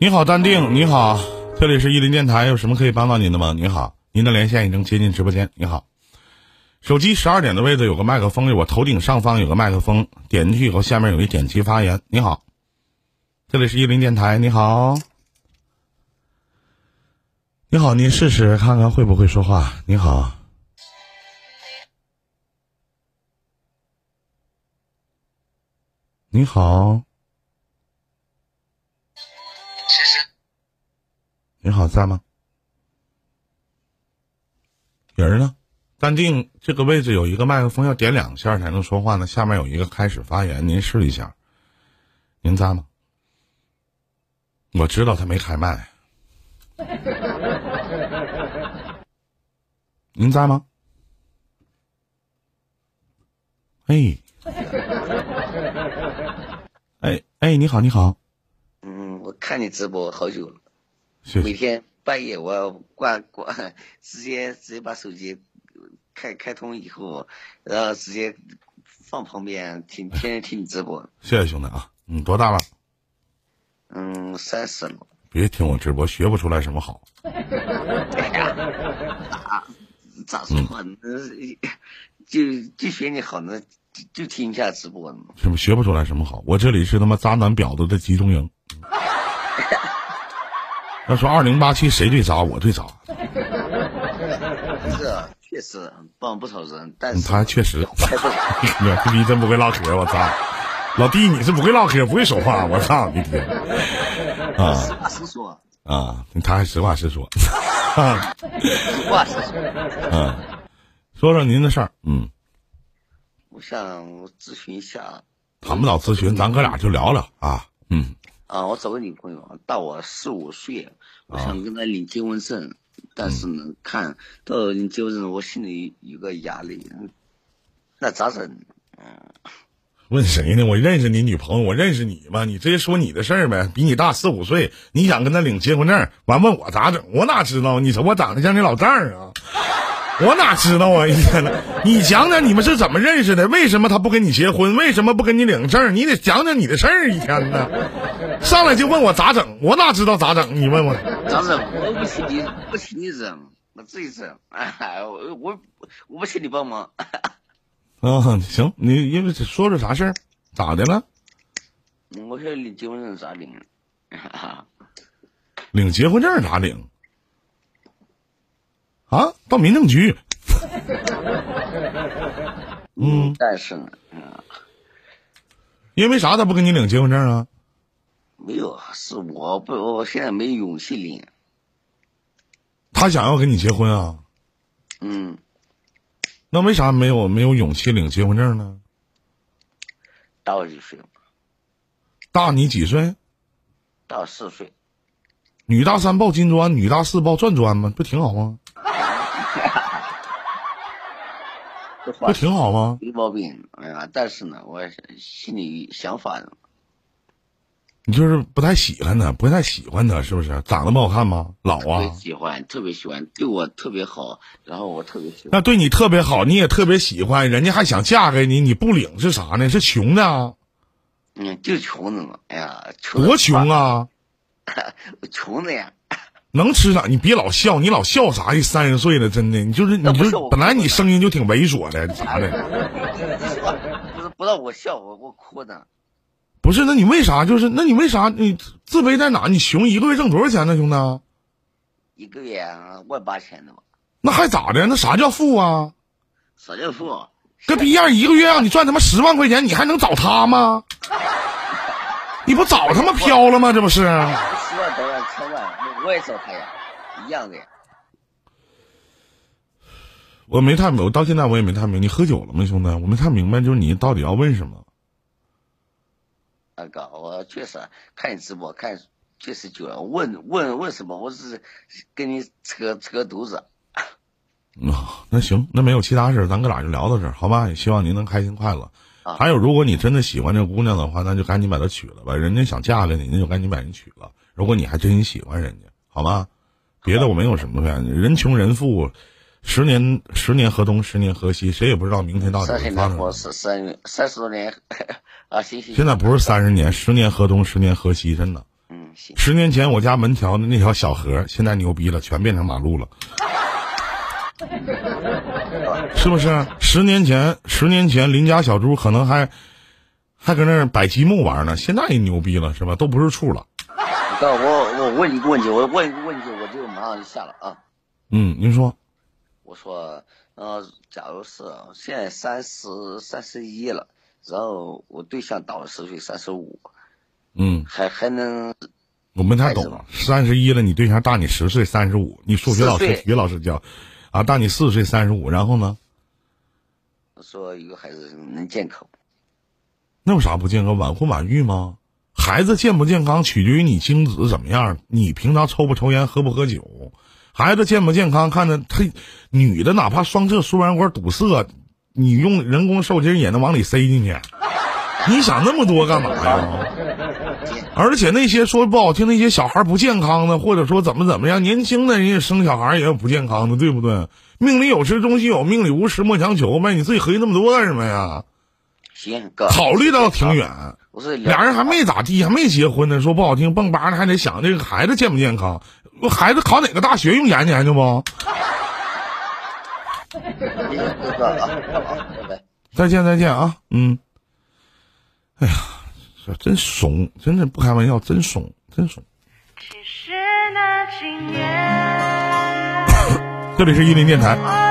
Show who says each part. Speaker 1: 你好，淡定。你好，这里是伊林电台，有什么可以帮到您的吗？您好，您的连线已经接进直播间。你好，手机十二点的位置有个麦克风，我头顶上方有个麦克风，点进去以后，下面有一点击发言。你好，这里是伊林电台。你好，你好，您试试看看会不会说话。你好，你好。你好，在吗？人呢？淡定，这个位置有一个麦克风，要点两下才能说话呢。下面有一个开始发言，您试一下。您在吗？我知道他没开麦。您在吗？哎，哎哎，你好，你好，
Speaker 2: 嗯，我看你直播好久了，
Speaker 1: 谢
Speaker 2: 每
Speaker 1: 谢。
Speaker 2: 天半夜我挂挂，直接直接把手机开开通以后，然后直接放旁边听，天天听你直播。
Speaker 1: 谢谢兄弟啊，你多大了？
Speaker 2: 嗯，三十了，
Speaker 1: 别听我直播，学不出来什么好。
Speaker 2: 咋说话呢？ 就就学你好呢，就就听一下直播呢。
Speaker 1: 什么学不出来什么好？我这里是他妈渣男婊子的集中营。要说二零八七谁最渣，我最渣，
Speaker 2: 是啊，确实帮不少人，但
Speaker 1: 嗯
Speaker 2: 是
Speaker 1: 他确实，
Speaker 2: 还不少。
Speaker 1: 这逼真不会唠嗑，我操！老弟，你是不会唠嗑，不会说话，我操你天！
Speaker 2: 实话实说，
Speaker 1: 啊，他还实话实说，
Speaker 2: 实话实说。
Speaker 1: 说说您的事儿，嗯，
Speaker 2: 我想咨询一下
Speaker 1: 谈不到咨询，咱哥俩就聊聊啊，嗯，
Speaker 2: 啊，我找个女朋友啊，大我四五岁，我想跟她领结婚证，但是呢，看到领结婚证，我心里有个压力，嗯那咋整？
Speaker 1: 问谁呢？我认识你女朋友，我认识你吗？你直接说你的事儿呗，比你大四五岁，你想跟她领结婚证，完问我咋整？我哪知道？你瞅我长得像你老丈人啊，我哪知道啊？一 天了，你讲讲你们是怎么认识的？为什么他不跟你结婚？为什么不跟你领证？你得讲讲你的事儿。一天呢，上来就问我咋整，我哪知道咋整？你问我，
Speaker 2: 咋整？我又不请你，不请你整，我自己整。哎，我我我不请你帮忙。
Speaker 1: 啊，行，你因为说说啥事儿，咋的了？
Speaker 2: 我想领结婚证咋领？
Speaker 1: 领结婚证咋领？啊，到民政局。
Speaker 2: 嗯，但是呢，
Speaker 1: 因为啥他不跟你领结婚证啊？
Speaker 2: 没有，是我不，我现在没勇气领。
Speaker 1: 他想要跟你结婚啊？
Speaker 2: 嗯，
Speaker 1: 那为啥没有没有勇气领结婚证呢？
Speaker 2: 大我几岁？
Speaker 1: 大你几岁？
Speaker 2: 大我四岁。
Speaker 1: 女大三抱金砖，女大四抱转砖吗？不挺好吗？
Speaker 2: 这话
Speaker 1: 不挺好吗？
Speaker 2: 没毛病，哎呀，但是呢，我心里想法呢，
Speaker 1: 你就是不太喜欢他，不太喜欢他，是不是？长得不好看吗？老
Speaker 2: 特别
Speaker 1: 啊？
Speaker 2: 喜欢，特别喜欢，对我特别好，然后我特别喜欢，
Speaker 1: 那对你特别好，你也特别喜欢，人家还想嫁给你，你不领是啥呢？是穷的啊，
Speaker 2: 嗯，就穷着呢，哎呀，穷
Speaker 1: 多穷
Speaker 2: 啊，
Speaker 1: 啊！
Speaker 2: 穷的呀，
Speaker 1: 能吃啥？你别老笑，你老笑啥呀？三十岁了，真的，你就是你
Speaker 2: 那不
Speaker 1: 就是
Speaker 2: 我
Speaker 1: 本来你声音就挺猥琐的，啥 的。
Speaker 2: 不是不让我笑，我我哭呢，
Speaker 1: 不是，那你为啥就是？那你为啥你自卑在哪？你穷一个月挣多少钱呢，兄弟？
Speaker 2: 一个月万八千的吧，
Speaker 1: 那还咋的？那啥叫富啊？
Speaker 2: 啥叫富？
Speaker 1: 跟逼样一个月让你赚他妈十万块钱，你还能找他吗？你不早他妈飘了吗？这不是？
Speaker 2: 十万百万千万，我我也找他呀，一样的呀，
Speaker 1: 我没太明，我到现在我也没太明，你喝酒了吗，兄弟？我没太明白，就是你到底要问什么？
Speaker 2: 那个啊我确实看你直播看。确实久了，问问问什么？我只是跟你扯扯犊子。
Speaker 1: 嗯那行，那没有其他事儿，咱哥俩就聊到这儿，好吧？也希望您能开心快乐。
Speaker 2: 啊
Speaker 1: 还有，如果你真的喜欢这姑娘的话，那就赶紧把她娶了吧。人家想嫁给你，那就赶紧把人娶了。如果你还真心喜欢人家，好吧？别的我没有什么看，人穷人富，十年十年河东，十年河西，谁也不知道明天到底
Speaker 2: 三
Speaker 1: 会发
Speaker 2: 十年
Speaker 1: 生什
Speaker 2: 活
Speaker 1: 么。
Speaker 2: 是三三十多年 啊，行行，
Speaker 1: 现在不是三十年，十年河东，十年河西，真的。
Speaker 2: 嗯，相信。
Speaker 1: 十年前我家门前的那条小河，现在牛逼了，全变成马路了，是不是？十年前，十年前邻家小猪可能还还搁那儿摆积木玩呢，现在也牛逼了，是吧？都不是处了。
Speaker 2: 但我我问一个问题，我问一个问题，我就马上就下了啊。
Speaker 1: 嗯，您说，
Speaker 2: 我说，呃，假如是现在三十三十一了，然后我对象大我十岁，三十五，
Speaker 1: 嗯，
Speaker 2: 还还能
Speaker 1: 我没太
Speaker 2: 孩子
Speaker 1: 懂
Speaker 2: 嘛。
Speaker 1: 三十一了，你对象大你十岁，三十五，你数学老师、
Speaker 2: 四岁
Speaker 1: 体育老师教，啊，大你四岁，三十五，然后呢？
Speaker 2: 说一个孩子能健康？
Speaker 1: 那有啥不健康？晚婚晚育吗？孩子健不健康取决于你精子怎么样，你平常抽不抽烟，喝不喝酒。孩子健不健康，看着他女的哪怕双侧输卵管堵塞，你用人工受精也能往里塞进去。你想那么多干嘛呀？而且那些说不好听，那些小孩不健康的，或者说怎么怎么样，年轻的人家生小孩也有不健康的，对不对？命里有时终须有，命里无时莫强求呗。你自己合计那么多干什么呀？
Speaker 2: 行，哥，
Speaker 1: 考虑到挺远，
Speaker 2: 我是了
Speaker 1: 俩人还没咋地，还没结婚呢，说不好听，蹦吧的还得想这个孩子健不健康，孩子考哪个大学用研究研究不？
Speaker 2: 行哥啊，好，拜拜。
Speaker 1: 再见再见啊，嗯，哎呀，这真怂，真的不开玩笑，真怂，真怂。
Speaker 3: 其实那几年，
Speaker 1: 这里是伊林电台，